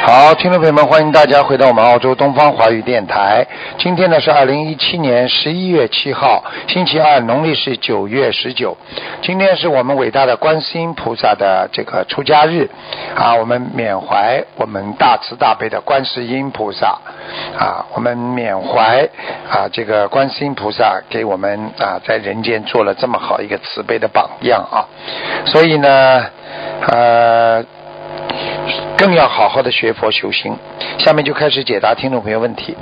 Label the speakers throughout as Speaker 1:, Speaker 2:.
Speaker 1: 好，听众朋友们，欢迎大家回到我们澳洲东方华语电台。今天呢是二零一七年十一月七号，星期二，农历是九月十九。今天是我们伟大的观世音菩萨的这个出家日啊，我们缅怀我们大慈大悲的观世音菩萨啊，我们缅怀啊这个观世音菩萨给我们啊在人间做了这么好一个慈悲的榜样啊，所以呢，呃。更要好好的学佛修心。下面就开始解答听众朋友问题。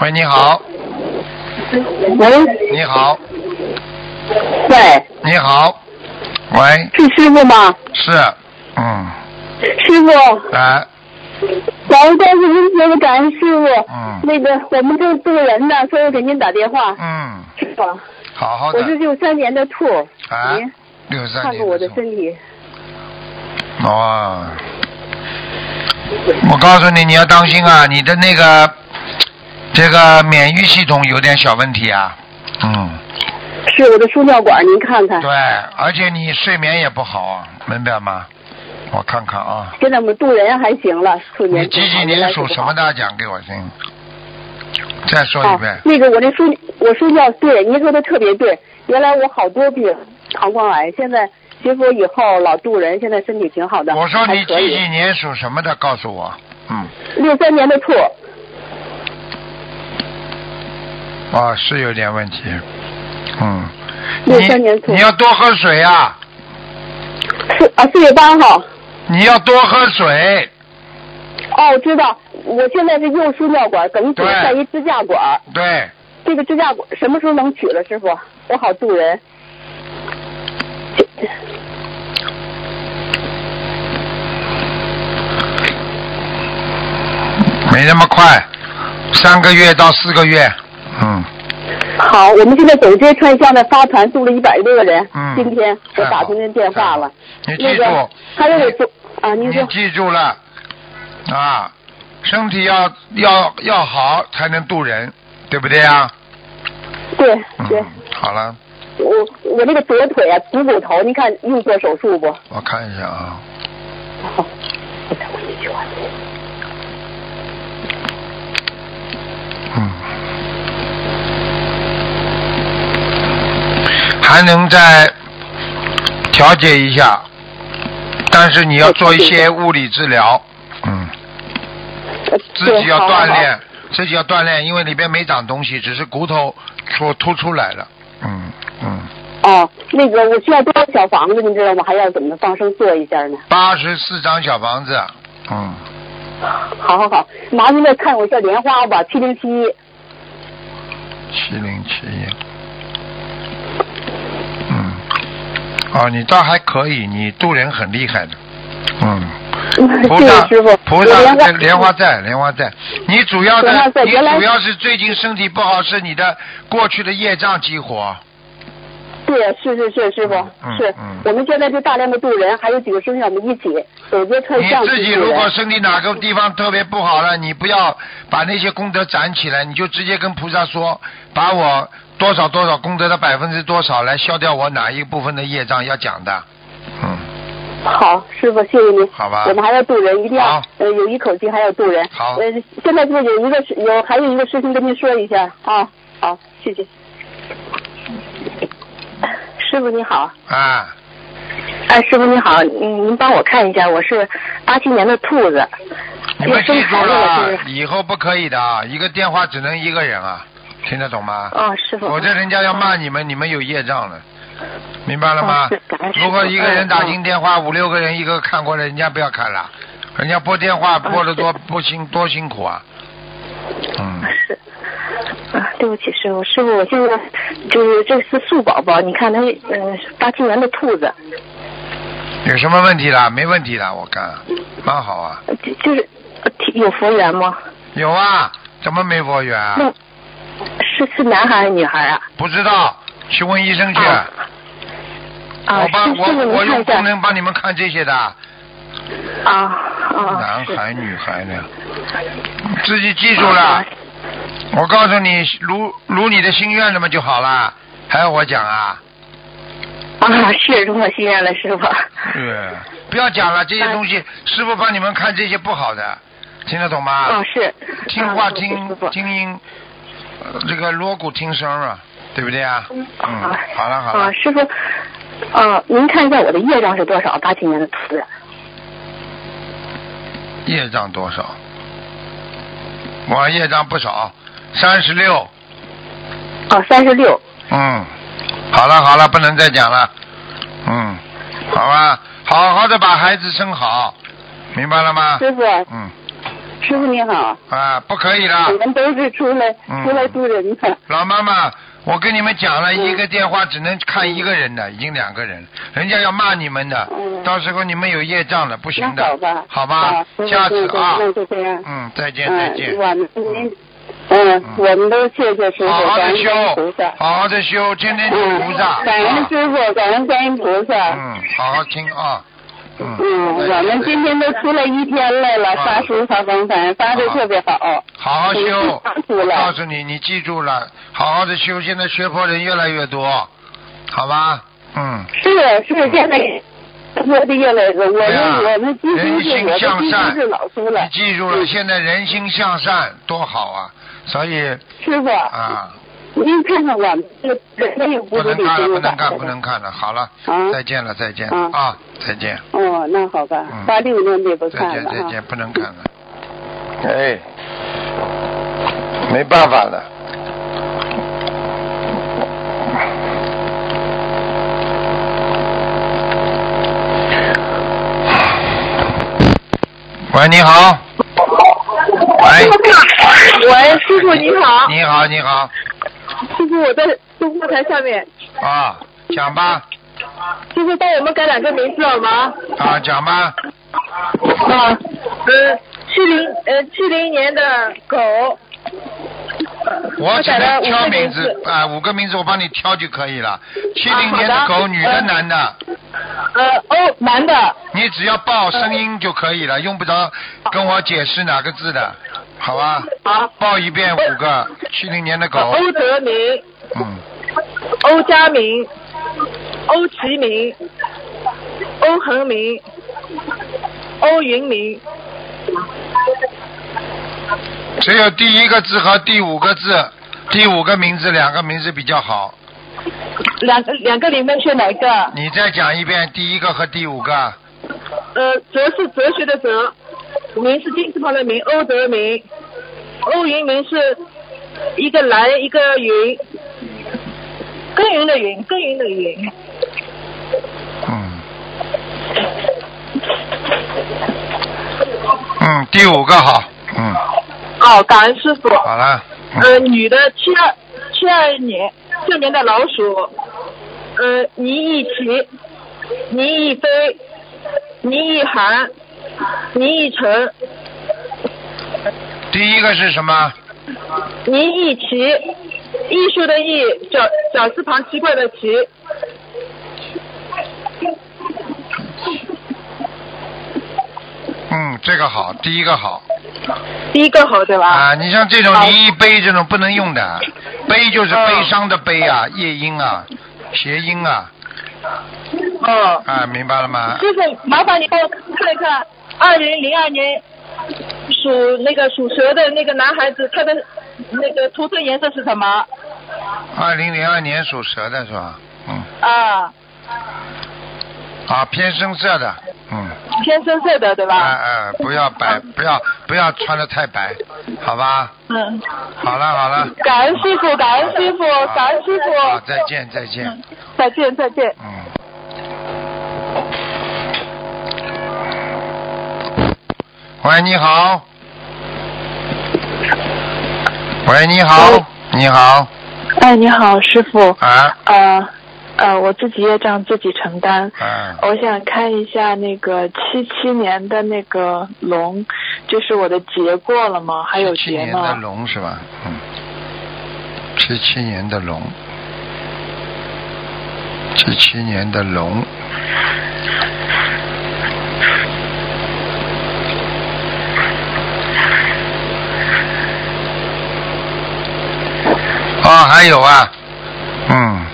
Speaker 1: 喂，你好，
Speaker 2: 喂，
Speaker 1: 你好，
Speaker 2: 喂，
Speaker 1: 你好，喂，
Speaker 2: 是师傅吗？
Speaker 1: 是，嗯，
Speaker 2: 师傅，
Speaker 1: 哎，
Speaker 2: 感恩观世音菩萨，感恩师傅。
Speaker 1: 嗯
Speaker 2: 那个，我们这渡人呢，所以给您打电话。
Speaker 1: 嗯，
Speaker 2: 师傅，
Speaker 1: 好好的
Speaker 2: 我，是六三年的兔，
Speaker 1: 啊
Speaker 2: 您，
Speaker 1: 六三
Speaker 2: 看
Speaker 1: 年
Speaker 2: 看我的
Speaker 1: 时候
Speaker 2: 身体。
Speaker 1: 哦，我告诉你，你要当心啊，你的那个这个免疫系统有点小问题啊，嗯。
Speaker 2: 是我的输尿管，您看看。
Speaker 1: 对，而且你睡眠也不好啊，明白吗？我看看啊，
Speaker 2: 现在我们渡人还行了，兔
Speaker 1: 你
Speaker 2: 年
Speaker 1: 几几
Speaker 2: 原
Speaker 1: 年
Speaker 2: 来是
Speaker 1: 属
Speaker 2: 不
Speaker 1: 什
Speaker 2: 好
Speaker 1: 么的？讲给我听。再说一遍
Speaker 2: 啊，，那个我这输我输尿对，您说的特别对。原来我好多病，膀胱癌，现在学佛以后老渡人，现在身体挺好的，
Speaker 1: 我说你
Speaker 2: 还可
Speaker 1: 几
Speaker 2: 以
Speaker 1: 几年属什么的，告诉我。嗯，
Speaker 2: 六三年的兔，
Speaker 1: 啊，是有点问题。嗯，
Speaker 2: 六三年
Speaker 1: 你
Speaker 2: 兔
Speaker 1: 你。要多喝水啊，
Speaker 2: 四啊，四月八号。
Speaker 1: 你要多喝水。
Speaker 2: 哦，我知道，我现在是右输尿管梗阻，
Speaker 1: 对
Speaker 2: 在一支架管。
Speaker 1: 对，
Speaker 2: 这个支架管什么时候能取了，师傅？我好渡人。
Speaker 1: 没那么快，三个月到四个月。嗯，
Speaker 2: 好，我们现在走街串巷的发团，渡了一百多个人。
Speaker 1: 嗯
Speaker 2: 今天我
Speaker 1: 太好
Speaker 2: 打通您电话了。
Speaker 1: 你记
Speaker 2: 那
Speaker 1: 住。
Speaker 2: 个，还有我做啊，您
Speaker 1: 你
Speaker 2: 说
Speaker 1: 记住了啊，身体要要要好才能渡人，对不对啊？
Speaker 2: 对对
Speaker 1: 嗯，，好了，
Speaker 2: 我我那个左腿啊，股骨头，您看用做手术不？
Speaker 1: 我看一下啊，
Speaker 2: 好，我再问一句话。
Speaker 1: 嗯，还能再调节一下，但是你要做一些物理治疗，嗯，
Speaker 2: 呃
Speaker 1: 自
Speaker 2: 对
Speaker 1: 己要
Speaker 2: 好
Speaker 1: 锻
Speaker 2: 好
Speaker 1: 炼，自己要锻炼，因为里边没长东西，只是骨头所凸出来了，嗯嗯，
Speaker 2: 哦，那个我需要多少小房子，您知道吗？还要怎么放生做一下呢？
Speaker 1: 八十四张小房子，嗯。
Speaker 2: 好好好，麻烦您再看我一下莲花吧，七零七一。
Speaker 1: 七零七一。嗯，哦，你倒还可以，你渡人很厉害的。嗯，菩
Speaker 2: 谢
Speaker 1: 萨
Speaker 2: 谢师傅，
Speaker 1: 菩
Speaker 2: 我
Speaker 1: 萨
Speaker 2: 莲花
Speaker 1: 莲花在莲花在，你主要
Speaker 2: 莲花
Speaker 1: 的
Speaker 2: 在
Speaker 1: 你
Speaker 2: 原来
Speaker 1: 主要是最近身体不好，是你的过去的业障激活。
Speaker 2: 对，是是是，师傅、
Speaker 1: 嗯嗯
Speaker 2: 是、
Speaker 1: 嗯
Speaker 2: 我们现在是大量的渡人，还有几个师兄我们一起走街串
Speaker 1: 你
Speaker 2: 巷
Speaker 1: 自己
Speaker 2: 去渡
Speaker 1: 如果
Speaker 2: 人。
Speaker 1: 身体哪个地方特别不好了，你不要把那些功德攒起来，你就直接跟菩萨说，把我多少多少功德的百分之多少来消掉我哪一部分的业障，要讲的。嗯，
Speaker 2: 好，师傅，谢谢您。
Speaker 1: 好吧
Speaker 2: 我们还要渡人，一定要
Speaker 1: 啊好
Speaker 2: 呃有一口气，还要渡人。
Speaker 1: 好
Speaker 2: 呃，现在是不是有一个师有还有一个师兄跟您说一下啊？好，谢谢。师傅你好。
Speaker 1: 啊，
Speaker 2: 哎，师傅你好，您您帮我看一下，我是八七年的兔子，
Speaker 1: 你
Speaker 2: 我
Speaker 1: 们
Speaker 2: 生
Speaker 1: 记住
Speaker 2: 孩子
Speaker 1: 了
Speaker 2: 了，就
Speaker 1: 啊，
Speaker 2: 是
Speaker 1: 以后不可以的啊，一个电话只能一个人啊，听得懂吗？
Speaker 2: 哦，师傅，
Speaker 1: 否则人家要骂你们，你们有业障了，明白了吗
Speaker 2: 哦是感恩？师父嗯
Speaker 1: 如果一个人打进电话，五六个人一个看过来，人家不要看了，人家拨电
Speaker 2: 嗯
Speaker 1: 话拨得多不辛多辛苦啊。嗯，
Speaker 2: 是啊，对不起，师傅，师傅，我现在就是这是素宝宝，你看他呃八七年的兔子，
Speaker 1: 有什么问题啦？没问题啦，我看蛮好啊。
Speaker 2: 呃就就是呃挺有佛缘吗？
Speaker 1: 有啊，怎么没佛缘啊？
Speaker 2: 那是是男孩还是女孩啊？
Speaker 1: 不知道，去问医生去。
Speaker 2: 啊啊，
Speaker 1: 我帮
Speaker 2: 师
Speaker 1: 我
Speaker 2: 师傅
Speaker 1: 我
Speaker 2: 您看
Speaker 1: 用
Speaker 2: 一
Speaker 1: 功
Speaker 2: 能
Speaker 1: 能帮你们看这些的。
Speaker 2: 啊啊，
Speaker 1: 男
Speaker 2: 是
Speaker 1: 孩女孩呢？自己记住
Speaker 2: 啊
Speaker 1: 了。我告诉你，如如你的心愿了嘛就好了，还要我讲啊？
Speaker 2: 啊
Speaker 3: 啊，是中国戏院了，师傅。
Speaker 1: 对，不要讲了，这些东西，师傅帮你们看这些不好的，听得懂吗？
Speaker 2: 哦
Speaker 3: 嗯，是。
Speaker 1: 听话
Speaker 3: 啊谢谢师
Speaker 1: 听
Speaker 3: 傅
Speaker 1: 听音，呃这个锣鼓听声啊，对不对啊？嗯，
Speaker 3: 啊
Speaker 1: 好了好了
Speaker 3: 啊，，
Speaker 2: 哦
Speaker 3: 师傅，啊，您看一下我的业障是多少？八七年的兔子。
Speaker 1: 业障多少？我业障不少，三十六。
Speaker 3: 啊，
Speaker 2: 哦
Speaker 3: 三十六。
Speaker 1: 嗯，好了好了，不能再讲了。嗯，好吧，好好的把孩子生好，明白了吗？
Speaker 2: 师傅，
Speaker 1: 嗯，
Speaker 2: 师傅你好，
Speaker 1: 啊，不可以了
Speaker 2: 我，们都是出来
Speaker 1: 嗯
Speaker 2: 出来渡 人的。
Speaker 1: 老妈妈，我跟你们讲了，
Speaker 2: 嗯
Speaker 1: 一个电话只能看一个人的，已经两个人了，人家要骂你们的，
Speaker 2: 嗯
Speaker 1: 到时候你们有业障了，不行
Speaker 2: 那好
Speaker 1: 的
Speaker 2: 吧，
Speaker 1: 好吧
Speaker 2: 啊师，傅
Speaker 1: 下次啊，
Speaker 2: 那就这样
Speaker 1: 嗯，再见再
Speaker 2: 嗯，
Speaker 1: 见，
Speaker 2: 我们您，嗯，我们都谢谢师傅，
Speaker 1: 好好的
Speaker 2: 感恩观音菩
Speaker 1: 修
Speaker 2: 萨，。
Speaker 1: 好好的修，天天求菩萨，
Speaker 2: 嗯，感恩
Speaker 1: 啊
Speaker 2: 师傅，感恩观音菩萨。
Speaker 1: 嗯，好好听啊，嗯，
Speaker 2: 嗯，我们今天都出来一天来了，
Speaker 1: 啊
Speaker 2: 发书发方法，发的特别好。
Speaker 1: 好好修
Speaker 2: 嗯，
Speaker 1: 我告诉你，你记住了，好好的修。现在学佛人越来越多，好吧？嗯，
Speaker 2: 是啊是，现在说的越来越多，我
Speaker 1: 对啊
Speaker 2: 们我们
Speaker 1: 人
Speaker 2: 基金是
Speaker 1: 心
Speaker 2: 我的
Speaker 1: 向
Speaker 2: 基
Speaker 1: 善
Speaker 2: 金是老嗯师
Speaker 1: 你
Speaker 2: 了，
Speaker 1: 记住了，现在人心向善多好啊！所以
Speaker 2: 师傅，
Speaker 1: 啊，
Speaker 2: 您看看我们这个人类有
Speaker 1: 不
Speaker 2: 不足
Speaker 1: 能
Speaker 2: 的
Speaker 1: 看了，
Speaker 2: 地
Speaker 1: 不能
Speaker 2: 方
Speaker 1: 看，不能看了。好了，
Speaker 2: 啊
Speaker 1: 再见了，再见
Speaker 2: 啊
Speaker 1: 了啊，再见，
Speaker 2: 哦，那好吧
Speaker 1: 嗯，
Speaker 2: 八六年的不
Speaker 1: 再
Speaker 2: 看
Speaker 1: 见，
Speaker 2: 了
Speaker 1: 再
Speaker 2: 啊。
Speaker 1: 见，不能看了。哎，没办法了。喂，你好。喂，
Speaker 4: 喂，师傅你好，
Speaker 1: 你好，你好，
Speaker 4: 师傅我在中后台下面，
Speaker 1: 啊，讲吧，
Speaker 4: 师傅帮我们改两个名字好吗？
Speaker 1: 啊，讲吧，
Speaker 4: 啊，呃，七零呃七零年的狗，
Speaker 1: 我只
Speaker 4: 改
Speaker 1: 能
Speaker 4: 了五
Speaker 1: 挑
Speaker 4: 个
Speaker 1: 名
Speaker 4: 名
Speaker 1: 字
Speaker 4: 字，
Speaker 1: 啊，五个名字我帮你挑就可以了。七零年
Speaker 4: 啊
Speaker 1: 的
Speaker 4: 好的
Speaker 1: 狗，女的，
Speaker 4: 嗯
Speaker 1: 男的，
Speaker 4: 呃哦男的，
Speaker 1: 你只要报声音就可以了，用不着跟我解释哪个字的，好吧？
Speaker 4: 好，
Speaker 1: 报一遍五个，七零年的狗，
Speaker 4: 呃欧德明、
Speaker 1: 嗯，
Speaker 4: 欧佳明、欧齐明、欧恒明、欧云明，
Speaker 1: 只有第一个字和第五个字，第五个名字两个名字比较好。
Speaker 4: 两个两个里面选哪一个？
Speaker 1: 你再讲一遍第一个和第五个，
Speaker 4: 呃，哲是哲学的哲，明是金字旁的明，欧德明，欧云明是一个蓝一个云，耕耘的耘，耕耘的耘。
Speaker 1: 嗯，嗯，第五个好，嗯，
Speaker 4: 哦，感恩师傅。
Speaker 1: 好了，嗯
Speaker 4: 呃，女的七二七二年这年的老鼠，呃，倪亦琪、倪亦飞、倪亦涵、倪亦辰、
Speaker 1: 第一个是什么？
Speaker 4: 倪亦奇，艺术的艺，绞绞丝旁奇怪的奇。
Speaker 1: 嗯，这个好，第一个好。
Speaker 4: 第一个好对吧？
Speaker 1: 啊，你像这种
Speaker 4: 好
Speaker 1: 你一悲这种不能用 的，悲就是悲伤的悲啊，夜莺啊，谐音啊，
Speaker 4: 哦，
Speaker 1: 啊，明白了吗？
Speaker 4: 师傅，麻烦你帮我看一看，二零零二年属那个属蛇的那个男孩子，他的那个图腾颜色是什么？
Speaker 1: 二零零二年属蛇的是吧？嗯，
Speaker 4: 啊，
Speaker 1: 啊，偏深色的，嗯，
Speaker 4: 偏深色的对
Speaker 1: 啊
Speaker 4: 吧？
Speaker 1: 啊，不要白，不要不要穿的太白，好吧？
Speaker 4: 嗯，
Speaker 1: 好了好了，
Speaker 4: 感恩师傅，感恩师傅，
Speaker 1: 好
Speaker 4: 感恩师
Speaker 1: 好，
Speaker 4: 傅，
Speaker 1: 再见再见。
Speaker 4: 再见再见。
Speaker 1: 嗯。喂，你好。喂，你好，你好，
Speaker 5: 哎，你好，师傅。
Speaker 1: 啊，
Speaker 5: 呃呃，我自己业障自己承担。
Speaker 1: 啊，
Speaker 5: 我想看一下那个七七年的那个龙，就是我的劫过了吗？还有
Speaker 1: 七
Speaker 5: 劫
Speaker 1: 年的
Speaker 5: 吗？
Speaker 1: 龙是吧？嗯，七七年的龙，七七年的龙，啊哦，还有啊，嗯，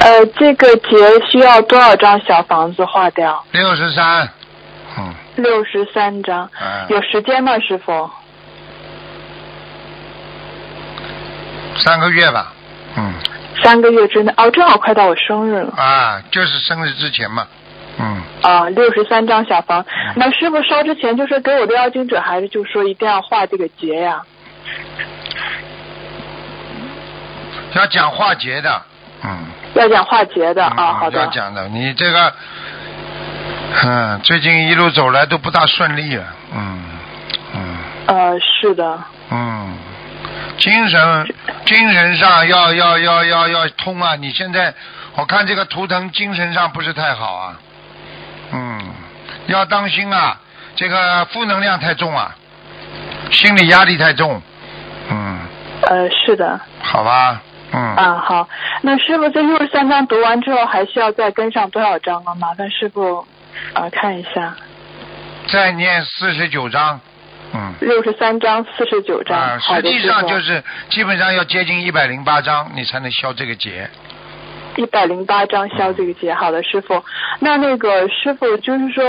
Speaker 4: 呃，这个劫需要多少张小房子化掉？
Speaker 1: 六十三，嗯，
Speaker 4: 六十三张。
Speaker 1: 嗯
Speaker 4: 有时间吗，师傅？
Speaker 1: 三个月吧，嗯，
Speaker 4: 三个月之内，哦，正好快到我生日了。
Speaker 1: 啊，就是生日之前嘛，嗯，
Speaker 4: 啊，六十三张小房，那师傅烧之前就是给我的要经者，还是就说一定要化这个劫呀？
Speaker 1: 要讲化解的，嗯，
Speaker 4: 要讲化劫的啊，
Speaker 1: 嗯
Speaker 4: 好的
Speaker 1: 要，讲的，你这个，嗯，最近一路走来都不大顺利啊，嗯，嗯。
Speaker 4: 呃，是的，
Speaker 1: 嗯，精神精神上要要要要要通啊！你现在我看这个图腾精神上不是太好啊，嗯，要当心啊，这个负能量太重啊，心理压力太重，嗯，
Speaker 4: 呃，是的，
Speaker 1: 好吧，嗯，
Speaker 4: 啊，好，那师傅这六十三章读完之后，还需要再跟上多少章啊？麻烦师傅啊、呃看一下，
Speaker 1: 再念四十九章，嗯。
Speaker 4: 六十三章、四十九章，
Speaker 1: 啊，
Speaker 4: 好
Speaker 1: 实
Speaker 4: 的，
Speaker 1: 际上就
Speaker 4: 师
Speaker 1: 是基本上要接近一百零八章，你才能消这个结。
Speaker 4: 一百零八章消这个劫。好的，师傅，那那个师傅就是说，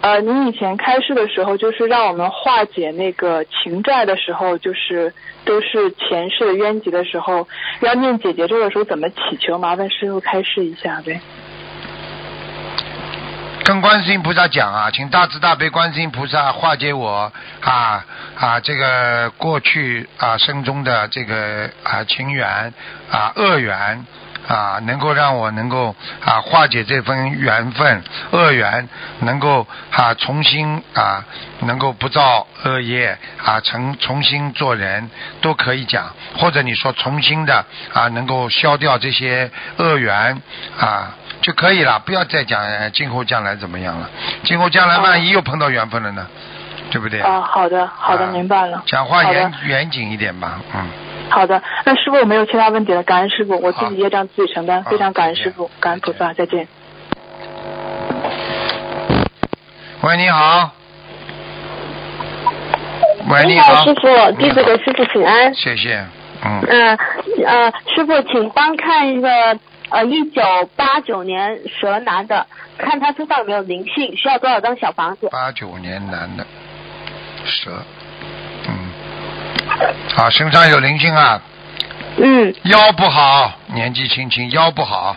Speaker 4: 呃，您以前开示的时候，就是让我们化解那个情债的时候，就是都是前世的冤结的时候，要念姐姐咒的时候怎么祈求？麻烦师傅开示一下呗。
Speaker 1: 跟观世音菩萨讲啊，请大慈大悲观世音菩萨化解我啊啊这个过去啊生中的这个啊情缘啊恶缘啊，能够让我能够啊化解这份缘分恶缘，能够啊重新啊能够不造恶业啊重重新做人都可以讲，或者你说重新的啊能够消掉这些恶缘啊。就可以了，不要再讲呃今后将来怎么样了。今后将来万一又碰到缘分了呢，对不对？
Speaker 4: 啊，好的，哦好的，
Speaker 1: 啊
Speaker 4: 明白了。
Speaker 1: 讲话
Speaker 4: 好的
Speaker 1: 严严谨一点吧，嗯。
Speaker 4: 好的，那师傅我没有其他问题了，感恩师傅，我自
Speaker 1: 好
Speaker 4: 己业障自己承担，
Speaker 1: 好
Speaker 4: 非常感恩
Speaker 1: 啊再
Speaker 4: 师
Speaker 1: 见
Speaker 4: 傅，感恩菩萨，再见。
Speaker 1: 喂，你好。喂，
Speaker 2: 你
Speaker 1: 哎好，
Speaker 2: 师傅，弟子给师傅请安。
Speaker 1: 谢谢，嗯，
Speaker 2: 嗯呃，师傅，请帮看一个呃一九八九年蛇男的，看他身上有没有灵性，需要多少张小房子？
Speaker 1: 八九年男的，蛇，嗯，啊，身上有灵性啊，
Speaker 2: 嗯，
Speaker 1: 腰不好，年纪轻轻腰不好，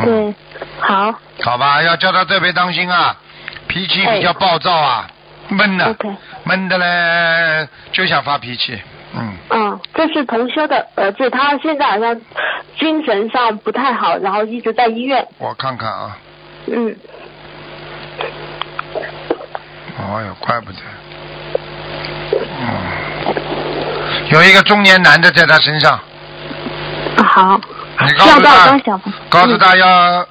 Speaker 1: 嗯，
Speaker 2: 对，好
Speaker 1: 好吧，要叫他特别当心啊，脾气比较暴躁啊，闷呐、
Speaker 2: 哎，OK，
Speaker 1: 闷的嘞，就想发脾气，嗯，
Speaker 2: 嗯，这是同修的儿子，他现在好像精神上不太好，然后一直在医院。
Speaker 1: 我看看啊，
Speaker 2: 嗯，
Speaker 1: 哎呦，怪不得，嗯，有一个中年男的在他身上，
Speaker 2: 好，
Speaker 1: 你告
Speaker 2: 需要
Speaker 1: 诉
Speaker 2: 多少
Speaker 1: 他
Speaker 2: 张，啊小房嗯子？
Speaker 1: 告诉他要、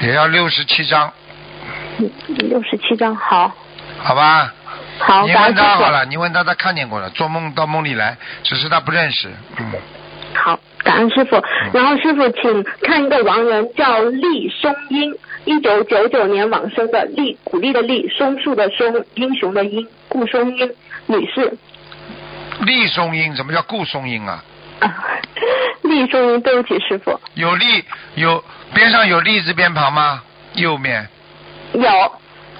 Speaker 1: 也要六十七张，
Speaker 2: 六十七张，好，
Speaker 1: 好吧？
Speaker 2: 好，
Speaker 1: 你
Speaker 2: 感
Speaker 1: 问
Speaker 2: 恩师
Speaker 1: 他好
Speaker 2: 傅，
Speaker 1: 了，你问他他看见过了，做梦到梦里来，只是他不认识，嗯，
Speaker 2: 好，感恩师傅。然后师傅，请看一个亡人叫厉松英，一九九九年往生的厉，鼓励的厉，松树的松，英雄的英，顾松英女士。
Speaker 1: 厉松英怎么叫顾松英啊？
Speaker 2: 啊，厉松英，对不起，师傅。
Speaker 1: 有栗有边上有栗字边旁吗？右面
Speaker 2: 有，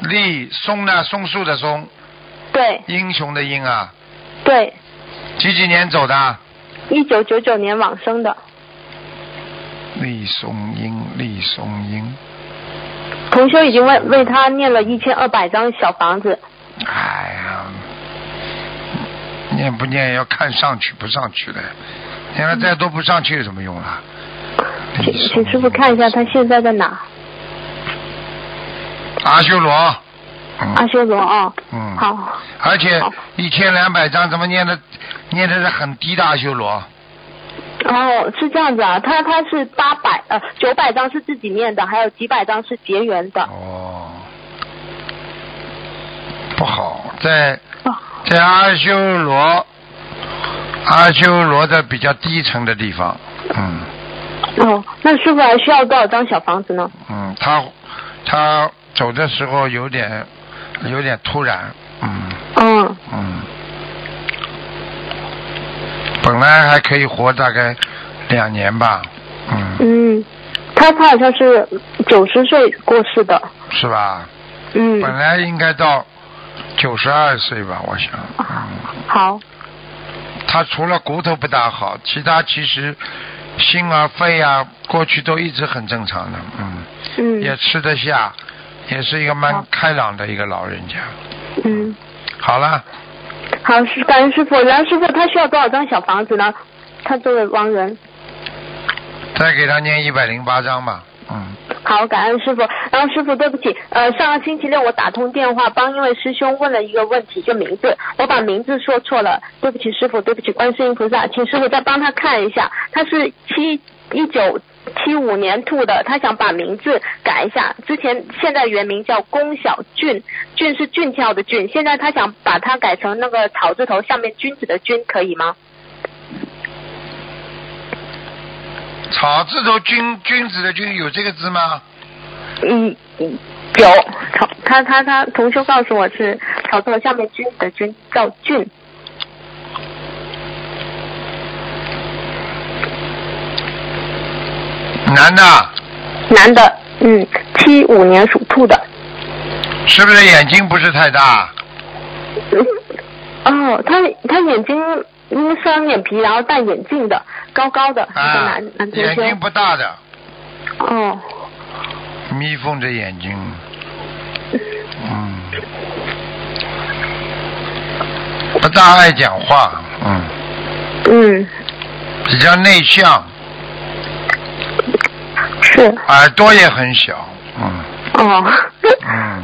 Speaker 1: 栗松呢？松树的松，
Speaker 2: 对
Speaker 1: 英雄的英啊。
Speaker 2: 对，
Speaker 1: 几几年走的？
Speaker 2: 一九九九年往生的，
Speaker 1: 栗松英，栗松英。
Speaker 2: 同修已经为为他念了一千二百张小房子。
Speaker 1: 哎呀，念不念要看上去不上去的，念了再多不上去有什么用啊？
Speaker 2: 请请师傅看一下他现在在哪？
Speaker 1: 阿修罗。嗯
Speaker 2: 阿修罗啊、
Speaker 1: 嗯。
Speaker 2: 好，
Speaker 1: 而且
Speaker 2: 好
Speaker 1: 一千两百张怎么念的？念的是很低的阿修罗。
Speaker 2: 哦，是这样子啊，他他是八百呃九百张是自己念的，还有几百张是结缘的。
Speaker 1: 哦，不好，在
Speaker 2: 哦
Speaker 1: 在阿修罗，阿修罗的比较低层的地方，嗯
Speaker 2: 哦，那师傅还需要多少张小房子呢？
Speaker 1: 嗯，他他走的时候有点有点突然，嗯
Speaker 2: 嗯，
Speaker 1: 嗯，本来还可以活大概两年吧，嗯
Speaker 2: 嗯，他他好像是九十岁过世的。
Speaker 1: 是吧？
Speaker 2: 嗯，
Speaker 1: 本来应该到九十二岁吧，我想。嗯，
Speaker 2: 好，
Speaker 1: 他除了骨头不大好，其他其实心啊、肺啊，过去都一直很正常的，嗯，也
Speaker 2: 嗯
Speaker 1: 吃得下，也是一个蛮
Speaker 2: 好
Speaker 1: 开朗的一个老人家。
Speaker 2: 嗯，
Speaker 1: 好了，
Speaker 2: 好，是感恩师傅。然后师傅他需要多少张小房子呢？他作为亡人。
Speaker 1: 再给他念一百零八章吧。嗯，
Speaker 2: 好，感恩师傅。然后师傅，对不起，呃，上个星期六我打通电话，帮一位师兄问了一个问题，就名字，我把名字说错了，对不起师傅，对不起观世音菩萨，请师傅再帮他看一下，他是七一九七五年兔的，他想把名字改一下，之前现在原名叫龚小俊，俊是俊俏的俊，现在他想把它改成那个草字头下面君子的君，可以吗？
Speaker 1: 草字头君君子的君有这个字吗？
Speaker 2: 嗯，有，他他他他同修告诉我是草字头下面君子的君叫俊。嗯
Speaker 1: 男的，
Speaker 2: 男的，嗯，七五年属兔的。
Speaker 1: 是不是眼睛不是太大？
Speaker 2: 哦，他他眼睛因为双眼皮，然后戴眼镜的，高高的一个
Speaker 1: 啊
Speaker 2: 男男，同
Speaker 1: 眼
Speaker 2: 学
Speaker 1: 睛。不大的，
Speaker 2: 哦，
Speaker 1: 眯缝着眼睛。嗯，不大爱讲话，嗯，
Speaker 2: 嗯，
Speaker 1: 比较内向，
Speaker 2: 是，
Speaker 1: 耳朵也很小，嗯
Speaker 2: 哦，
Speaker 1: 嗯，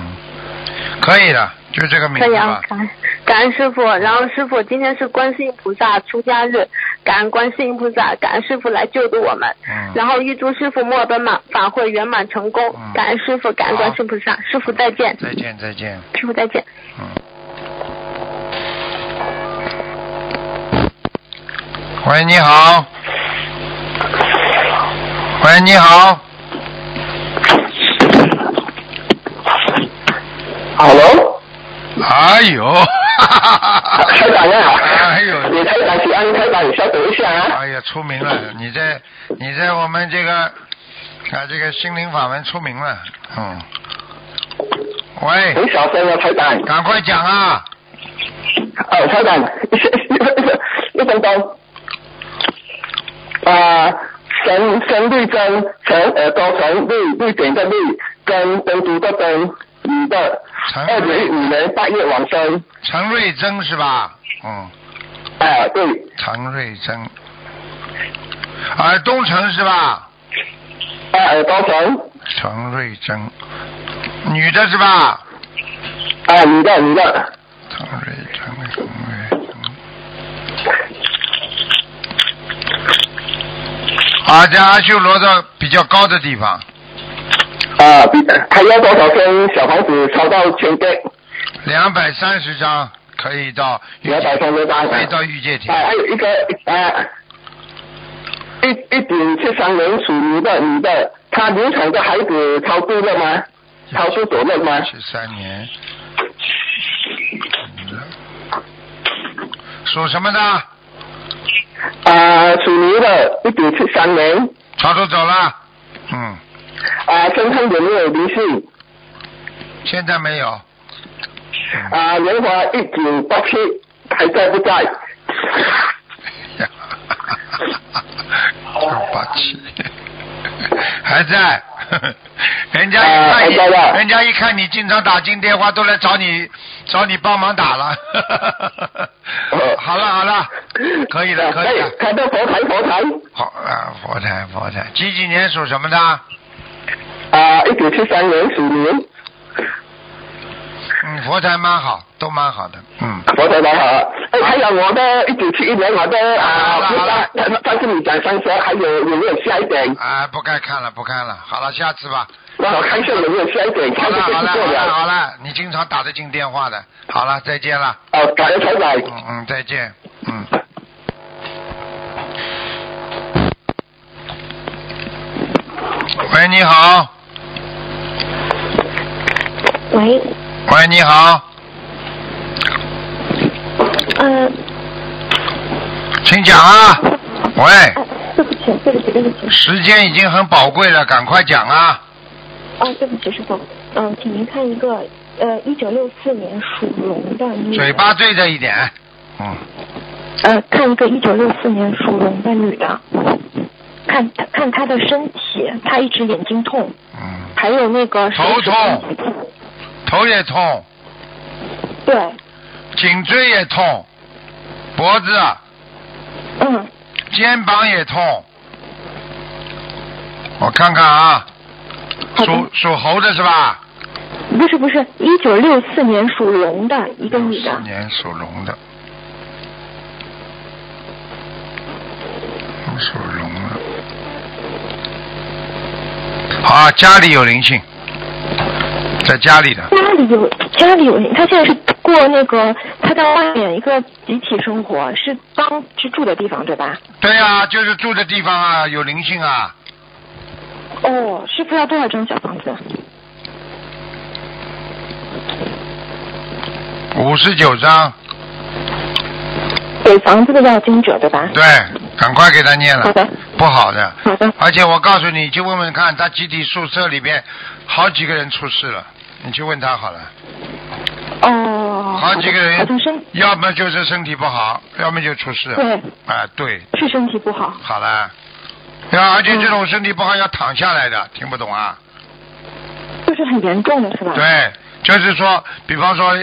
Speaker 1: 可以的，就这个 名
Speaker 2: 可
Speaker 1: 字
Speaker 2: 以啊
Speaker 1: 吧，。
Speaker 2: 感恩感恩师傅，然后师傅今天是观世音菩萨出家日，感恩观世音菩萨，感恩师傅来救度我们。
Speaker 1: 嗯，
Speaker 2: 然后预祝师傅墨尔本马法会圆满成功
Speaker 1: 嗯，
Speaker 2: 感恩师傅，感恩观世音菩萨，师傅再见，
Speaker 1: 再见再见，
Speaker 2: 师傅再见。
Speaker 1: 嗯。喂，你好。喂，你好。
Speaker 6: Hello，
Speaker 1: 哎呦，哈哈哈哈
Speaker 6: 台长呀，
Speaker 1: 哎呦，
Speaker 6: 你台长，请安台长，你稍等一下啊。
Speaker 1: 哎呀，出名了！你在你在我们这个啊这个心灵法门出名了，嗯。喂，
Speaker 6: 很小声啊，台长。
Speaker 1: 赶快讲啊！
Speaker 6: 哦，台 长，一分钟。啊，神神绿灯，从耳朵从绿绿点的绿，跟灯读的灯，女的。
Speaker 1: 陈
Speaker 6: 二零一五年八月往生。
Speaker 1: 陈瑞珍是吧？嗯，
Speaker 6: 啊，对，
Speaker 1: 陈瑞珍。啊，东城是吧？
Speaker 6: 啊，耳朵从
Speaker 1: 陈瑞珍，女的是吧？
Speaker 6: 啊，女的女的。
Speaker 1: 陈瑞珍，陈瑞珍。啊，在阿修罗的比较高的地方，
Speaker 6: 啊，比还要多少间小房子抄到全店？
Speaker 1: 两百三十张可以到御
Speaker 6: 两百
Speaker 1: 界，
Speaker 6: 三十八
Speaker 1: 可以到御界
Speaker 6: 啊，
Speaker 1: 亭。
Speaker 6: 还有一个啊，一一点七三年属牛的女的，她流产的孩子超度了吗？超度走了吗？
Speaker 1: 七三年，属什么的？
Speaker 6: 啊，属牛的，一点七三年，
Speaker 1: 曹叔走了。嗯，
Speaker 6: 啊，身上有没有灵性？
Speaker 1: 现在没 有。嗯
Speaker 6: 啊，莲华一九八七还在不在？
Speaker 1: 呀哈哈哈哈霸气，还在。 人家一看你，
Speaker 6: 哎还在吧
Speaker 1: 人家一看你经常打进电话，都来找你找你帮忙打 了。好了好了，可以了可以了
Speaker 6: 哎看到佛台佛台，
Speaker 1: 好啊，佛台佛台，几几年属什么的？
Speaker 6: 啊，一九七三年属牛，
Speaker 1: 嗯，佛台蛮好，都蛮好的。嗯，
Speaker 6: 佛台蛮好。哎，还有我的一九七一年我的啊，
Speaker 1: 好了好了
Speaker 6: 上上次你讲三十，还有有没有下一点？
Speaker 1: 啊，不该看了不看了，好了，下次吧。
Speaker 6: 那我看一下有没有下一点，
Speaker 1: 好
Speaker 6: 看
Speaker 1: 了好
Speaker 6: 一下
Speaker 1: 了
Speaker 6: 就
Speaker 1: 好
Speaker 6: 过
Speaker 1: 了
Speaker 6: 了。
Speaker 1: 好了，你经常打得进电话的。好了，再见了。
Speaker 6: 哦，感恩台长。
Speaker 1: 嗯嗯，再见。嗯。喂，你好。
Speaker 7: 喂，
Speaker 1: 喂，你好，
Speaker 7: 呃，
Speaker 1: 请讲啊。喂，
Speaker 7: 呃对不起，对不起，对不起。
Speaker 1: 时间已经很宝贵了，赶快讲啊！
Speaker 7: 啊，对不起，师傅。嗯，请您看一个呃，一九六四年属龙的女人。
Speaker 1: 嘴巴对着一点。嗯，
Speaker 7: 呃，看一个一九六四年属龙的女的，看看她的身体，她一直眼睛痛，
Speaker 1: 嗯，
Speaker 7: 还有那个手
Speaker 1: 头
Speaker 7: 指
Speaker 1: 痛
Speaker 7: 头痛
Speaker 1: 头也痛，
Speaker 7: 对，
Speaker 1: 颈椎也痛，脖子、啊
Speaker 7: 嗯，
Speaker 1: 肩膀也痛。我看看啊，
Speaker 7: 好
Speaker 1: 属
Speaker 7: 的，
Speaker 1: 属猴的是吧？
Speaker 7: 不是不是，一九六四年属龙的一个女
Speaker 1: 四
Speaker 7: 的，
Speaker 1: 年属龙的，属龙的。好，家里有灵性，在家里的，
Speaker 7: 家里有家里有人，她现在是过那个她在外面一个集体生活，是当是住的地方对吧？
Speaker 1: 对啊，就是住的地方啊，有灵性啊，
Speaker 7: 哦，师傅要多少张小房子？
Speaker 1: 五十九张，
Speaker 7: 给房子的要经者对吧？
Speaker 1: 对，赶快给他念了
Speaker 7: 好，的，
Speaker 1: 不好的，
Speaker 7: 好的，
Speaker 1: 而且我告诉你，你去问问看，他集体宿舍里边好几个人出事了，你去问他好了，
Speaker 7: 哦，
Speaker 1: 好几个人
Speaker 7: 好像身
Speaker 1: 要么就是身体不好，要么就出事，
Speaker 7: 对
Speaker 1: 啊，对，
Speaker 7: 是身体不好，
Speaker 1: 好了。要而且这种身体不好要躺下来的，听不懂啊？
Speaker 7: 就是很严重的是吧？
Speaker 1: 对，就是说，比方说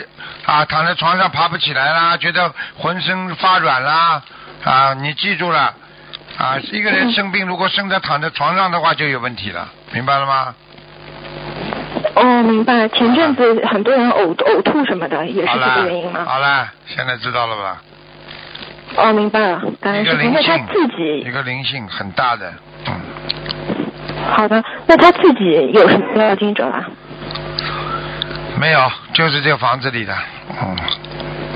Speaker 1: 啊，躺在床上爬不起来啦，觉得浑身发软啦，啊，你记住了，啊，一个人生病如果生在躺在床上的话就有问题了，明白了吗？
Speaker 7: 哦，明白。前阵子很多人呕呕吐什么的，也是
Speaker 1: 好
Speaker 7: 这
Speaker 1: 了
Speaker 7: 个原因，吗？
Speaker 1: 好了，现在知道了吧？
Speaker 7: 哦，明白了，感恩
Speaker 1: 一个
Speaker 7: 师傅。
Speaker 1: 灵
Speaker 7: 那他
Speaker 1: 性
Speaker 7: 自
Speaker 1: 一
Speaker 7: 己
Speaker 1: 个灵性很大的，嗯，
Speaker 7: 好的，那他自己有什么要经者啊？
Speaker 1: 没有，就是这个房子里的，嗯，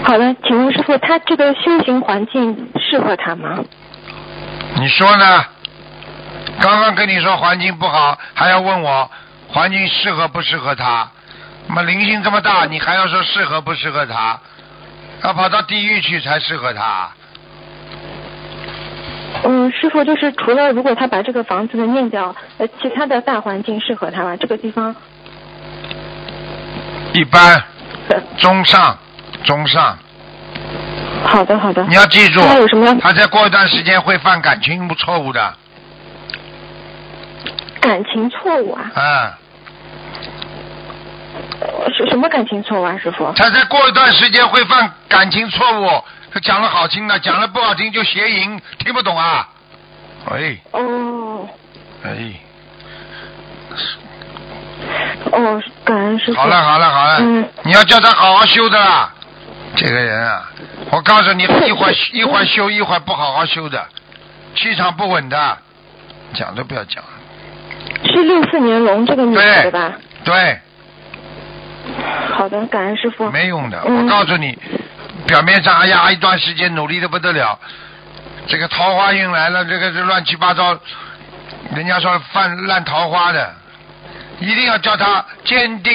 Speaker 7: 好的，请问师傅，他这个修行环境适合他吗？
Speaker 1: 你说呢？刚刚跟你说环境不好，还要问我环境适合不适合他？那么灵性这么大，你还要说适合不适合他？要跑到地狱去才适合他。
Speaker 7: 嗯，师傅就是除了如果他把这个房子的念掉，呃，其他的大环境适合他吗？这个地方，
Speaker 1: 一 般
Speaker 7: 对，
Speaker 1: 中上，中上。
Speaker 7: 好的好的
Speaker 1: 你。要记住，
Speaker 7: 他有什么
Speaker 1: 他再过一段时间会犯感情错误的。
Speaker 7: 感情错误啊？
Speaker 1: 嗯，
Speaker 7: 呃什什么感情错误啊，师傅？
Speaker 1: 他再过一段时间会犯感情错误。他讲了好听的，讲了不好听就邪淫，听不懂啊？哎
Speaker 7: 哦
Speaker 1: 哎。
Speaker 7: 哦，感恩师傅。
Speaker 1: 好了好了好了，
Speaker 7: 嗯
Speaker 1: 你要叫他好好修的啦。这个人啊，我告诉你，一会儿一会儿修，一会儿不好好修的，气场不稳的，讲都不要讲。
Speaker 7: 是六四年龙这个女
Speaker 1: 对
Speaker 7: 嗯的对吧？
Speaker 1: 对，
Speaker 7: 好的，感恩师傅。
Speaker 1: 没用的，
Speaker 7: 嗯
Speaker 1: 我告诉你，表面上哎呀一段时间努力的不得了，这个桃花运来了，这个这乱七八糟，人家说犯烂桃花的，一定要叫他坚定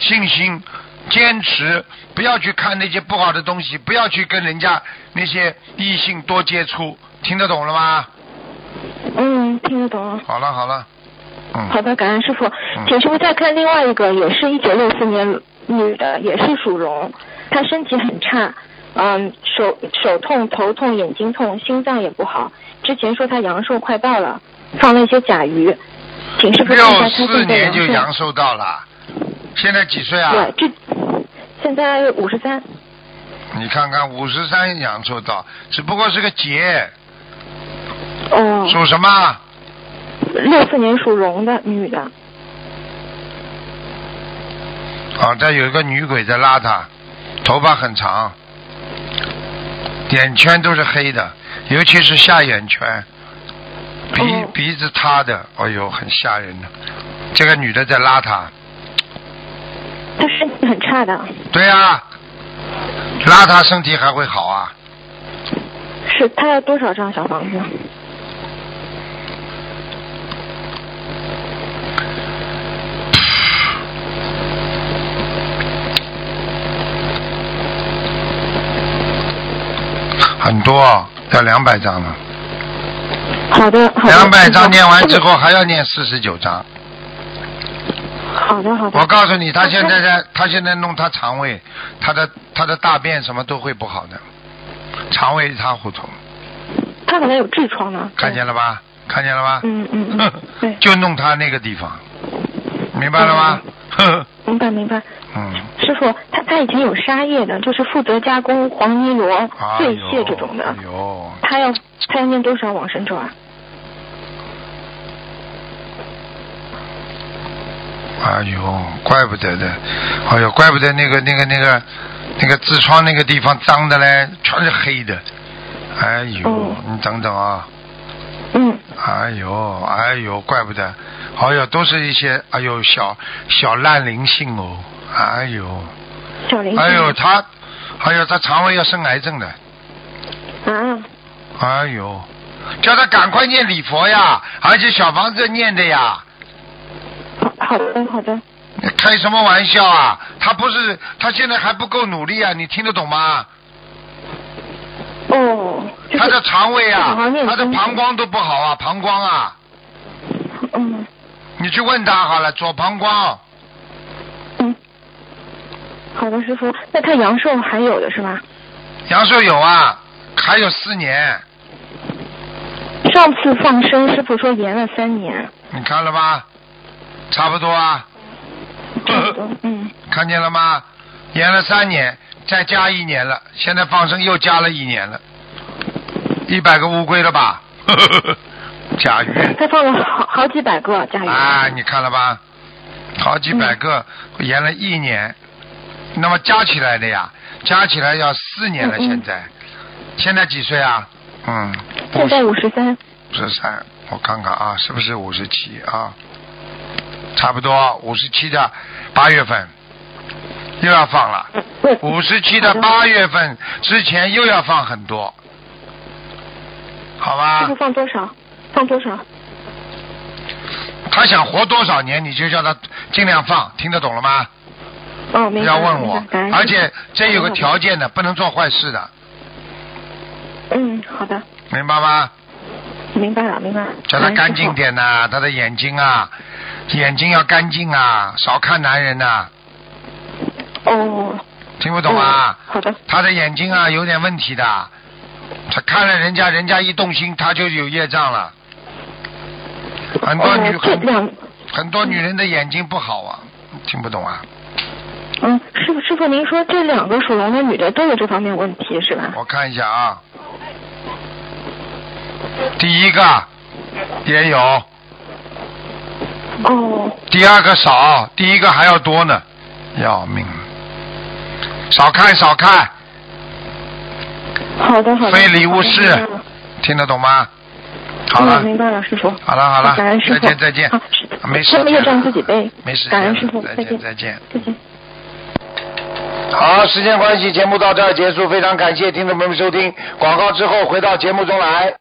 Speaker 1: 信心，坚持，不要去看那些不好的东西，不要去跟人家那些异性多接触，听得懂了吗？
Speaker 7: 嗯，听得懂。
Speaker 1: 好了好了，嗯，
Speaker 7: 好的，感恩师傅，请师傅再看另外一个，也是一九六四年女的，也是属龙，她身体很差，嗯，手手痛、头痛、眼睛痛，心脏也不好。之前说她阳寿快到了，放了一些甲鱼，请师傅看一
Speaker 1: 六
Speaker 7: 下她
Speaker 1: 四
Speaker 7: 现在
Speaker 1: 年就
Speaker 7: 阳
Speaker 1: 阳
Speaker 7: 寿。
Speaker 1: 寿到了，现在几岁啊？
Speaker 7: 对，这现在五十三。
Speaker 1: 你看看五十三阳寿到，只不过是个劫，
Speaker 7: 哦，
Speaker 1: 属什么？
Speaker 7: 六四年属龙的女的，
Speaker 1: 啊，这有一个女鬼在拉他，头发很长，眼圈都是黑的，尤其是下眼圈，鼻、
Speaker 7: 哦
Speaker 1: 鼻子塌的，哎呦，很吓人的。这个女的在拉他，
Speaker 7: 她身体很差的，
Speaker 1: 对啊，拉他身体还会好啊？
Speaker 7: 是她要多少张小房子？
Speaker 1: 很多，要两百张了。
Speaker 7: 好的，好的。
Speaker 1: 两百
Speaker 7: 师傅
Speaker 1: 张念完之后还要念四十九张。
Speaker 7: 好的，好的。
Speaker 1: 我告诉你，他现在在，他现在弄他肠胃，他的他的大便什么都会不好的，肠胃一塌糊涂，
Speaker 7: 他好像有痔疮呢。
Speaker 1: 看见了吧？看见了吧？
Speaker 7: 嗯嗯嗯 对
Speaker 1: 就弄他那个地方，明白了吗？呵，
Speaker 7: 明白明白，
Speaker 1: 嗯，
Speaker 7: 师傅，他他以前有沙业的，就是负责加工黄泥螺、
Speaker 1: 哎
Speaker 7: 醉
Speaker 1: 呦，
Speaker 7: 蟹这种的
Speaker 1: 哎。呦，
Speaker 7: 他要他要念多少往生咒啊？
Speaker 1: 哎呦，怪不得的，哎呦，怪不得那个那个那个那个痔疮那个地方脏的嘞，全是黑的，哎呦，
Speaker 7: 哦
Speaker 1: 你等等啊，
Speaker 7: 嗯，
Speaker 1: 哎呦，哎呦，怪不得，哎呦，都是一些哎呦小小烂灵性哦，哎呦，
Speaker 7: 小林。
Speaker 1: 哎呦他，哎呦他肠胃要生癌症的，
Speaker 7: 啊，
Speaker 1: 哎呦，叫他赶快念礼佛呀，而且小房子念的呀，
Speaker 7: 好好的好的，
Speaker 1: 开什么玩笑啊？他不是他现在还不够努力啊，你听得懂吗？
Speaker 7: 哦，就是
Speaker 1: 他的肠胃啊
Speaker 7: 好好，念
Speaker 1: 他的
Speaker 7: 经
Speaker 1: 膀胱都不好啊，膀胱啊，
Speaker 7: 嗯
Speaker 1: 你去问他好了，左膀胱
Speaker 7: 嗯，好的师傅，那他阳寿还有的是吧？
Speaker 1: 阳寿有啊，还有四年。
Speaker 7: 上次放生师傅说延了三年，
Speaker 1: 你看了吧？差不多啊，
Speaker 7: 差不多，嗯，
Speaker 1: 看见了吗？延了三年，再加一年了，现在放生又加了一年了，一百个乌龟了吧？ 甲鱼
Speaker 7: 他放了好好几百个甲鱼。
Speaker 1: 啊，你看了吧？好几百个，延了一年，那么加起来的呀，加起来要四年了。
Speaker 7: 嗯嗯
Speaker 1: 现在，现在几岁啊？嗯，
Speaker 7: 现在五十三，
Speaker 1: 十啊三，我看看啊，是不是五十七啊？差不多五十七的八月份又要放 了，
Speaker 7: 对，
Speaker 1: 五十七的八月份之前又要放很多，好
Speaker 7: 师
Speaker 1: 吧
Speaker 7: 傅？放多少？放多少？
Speaker 1: 他想活多少年，你就叫他尽量放，听得懂了吗？
Speaker 7: 哦，
Speaker 1: 不
Speaker 7: 没
Speaker 1: 要问我，而且这有个条件的，不能做坏事的，
Speaker 7: 嗯，好的，
Speaker 1: 明白吗？
Speaker 7: 明白了，明白了。
Speaker 1: 叫他
Speaker 7: 感恩
Speaker 1: 干
Speaker 7: 嗯师
Speaker 1: 净
Speaker 7: 父。
Speaker 1: 点呐、他的眼睛啊，眼睛要干净啊，少看男人呐、
Speaker 7: 哦，
Speaker 1: 听不懂啊？
Speaker 7: 嗯好的，
Speaker 1: 他的眼睛啊有点问题的，他看了人家，人家一动心，他就有业障了。很多女、
Speaker 7: 哦，这两，
Speaker 1: 很多女人的眼睛不好啊，听不懂啊？
Speaker 7: 嗯，师傅师傅，您说这两个属龙的女的都有这方面问题是吧？
Speaker 1: 我看一下啊，第一个也有，
Speaker 7: 哦，
Speaker 1: 第二个少，第一个还要多呢，要命！少看少看，
Speaker 7: 好的好的。
Speaker 1: 非礼勿视
Speaker 7: 好的明白了
Speaker 1: 听得懂吗？好了
Speaker 7: 嗯，明白了，师傅。
Speaker 1: 好了好了，
Speaker 7: 感恩师
Speaker 1: 再
Speaker 7: 傅。
Speaker 1: 见再见
Speaker 7: 啊是，
Speaker 1: 没事
Speaker 7: 他们
Speaker 1: 间
Speaker 7: 业
Speaker 1: 了
Speaker 7: 障自己背。
Speaker 1: 没时间
Speaker 7: 感恩
Speaker 1: 了
Speaker 7: 师傅，
Speaker 1: 再
Speaker 7: 再
Speaker 1: 见
Speaker 7: 见
Speaker 1: 再见。
Speaker 7: 再见。
Speaker 1: 好，时间关系，节目到这儿结束。非常感谢听众朋友们收听，广告之后回到节目中来。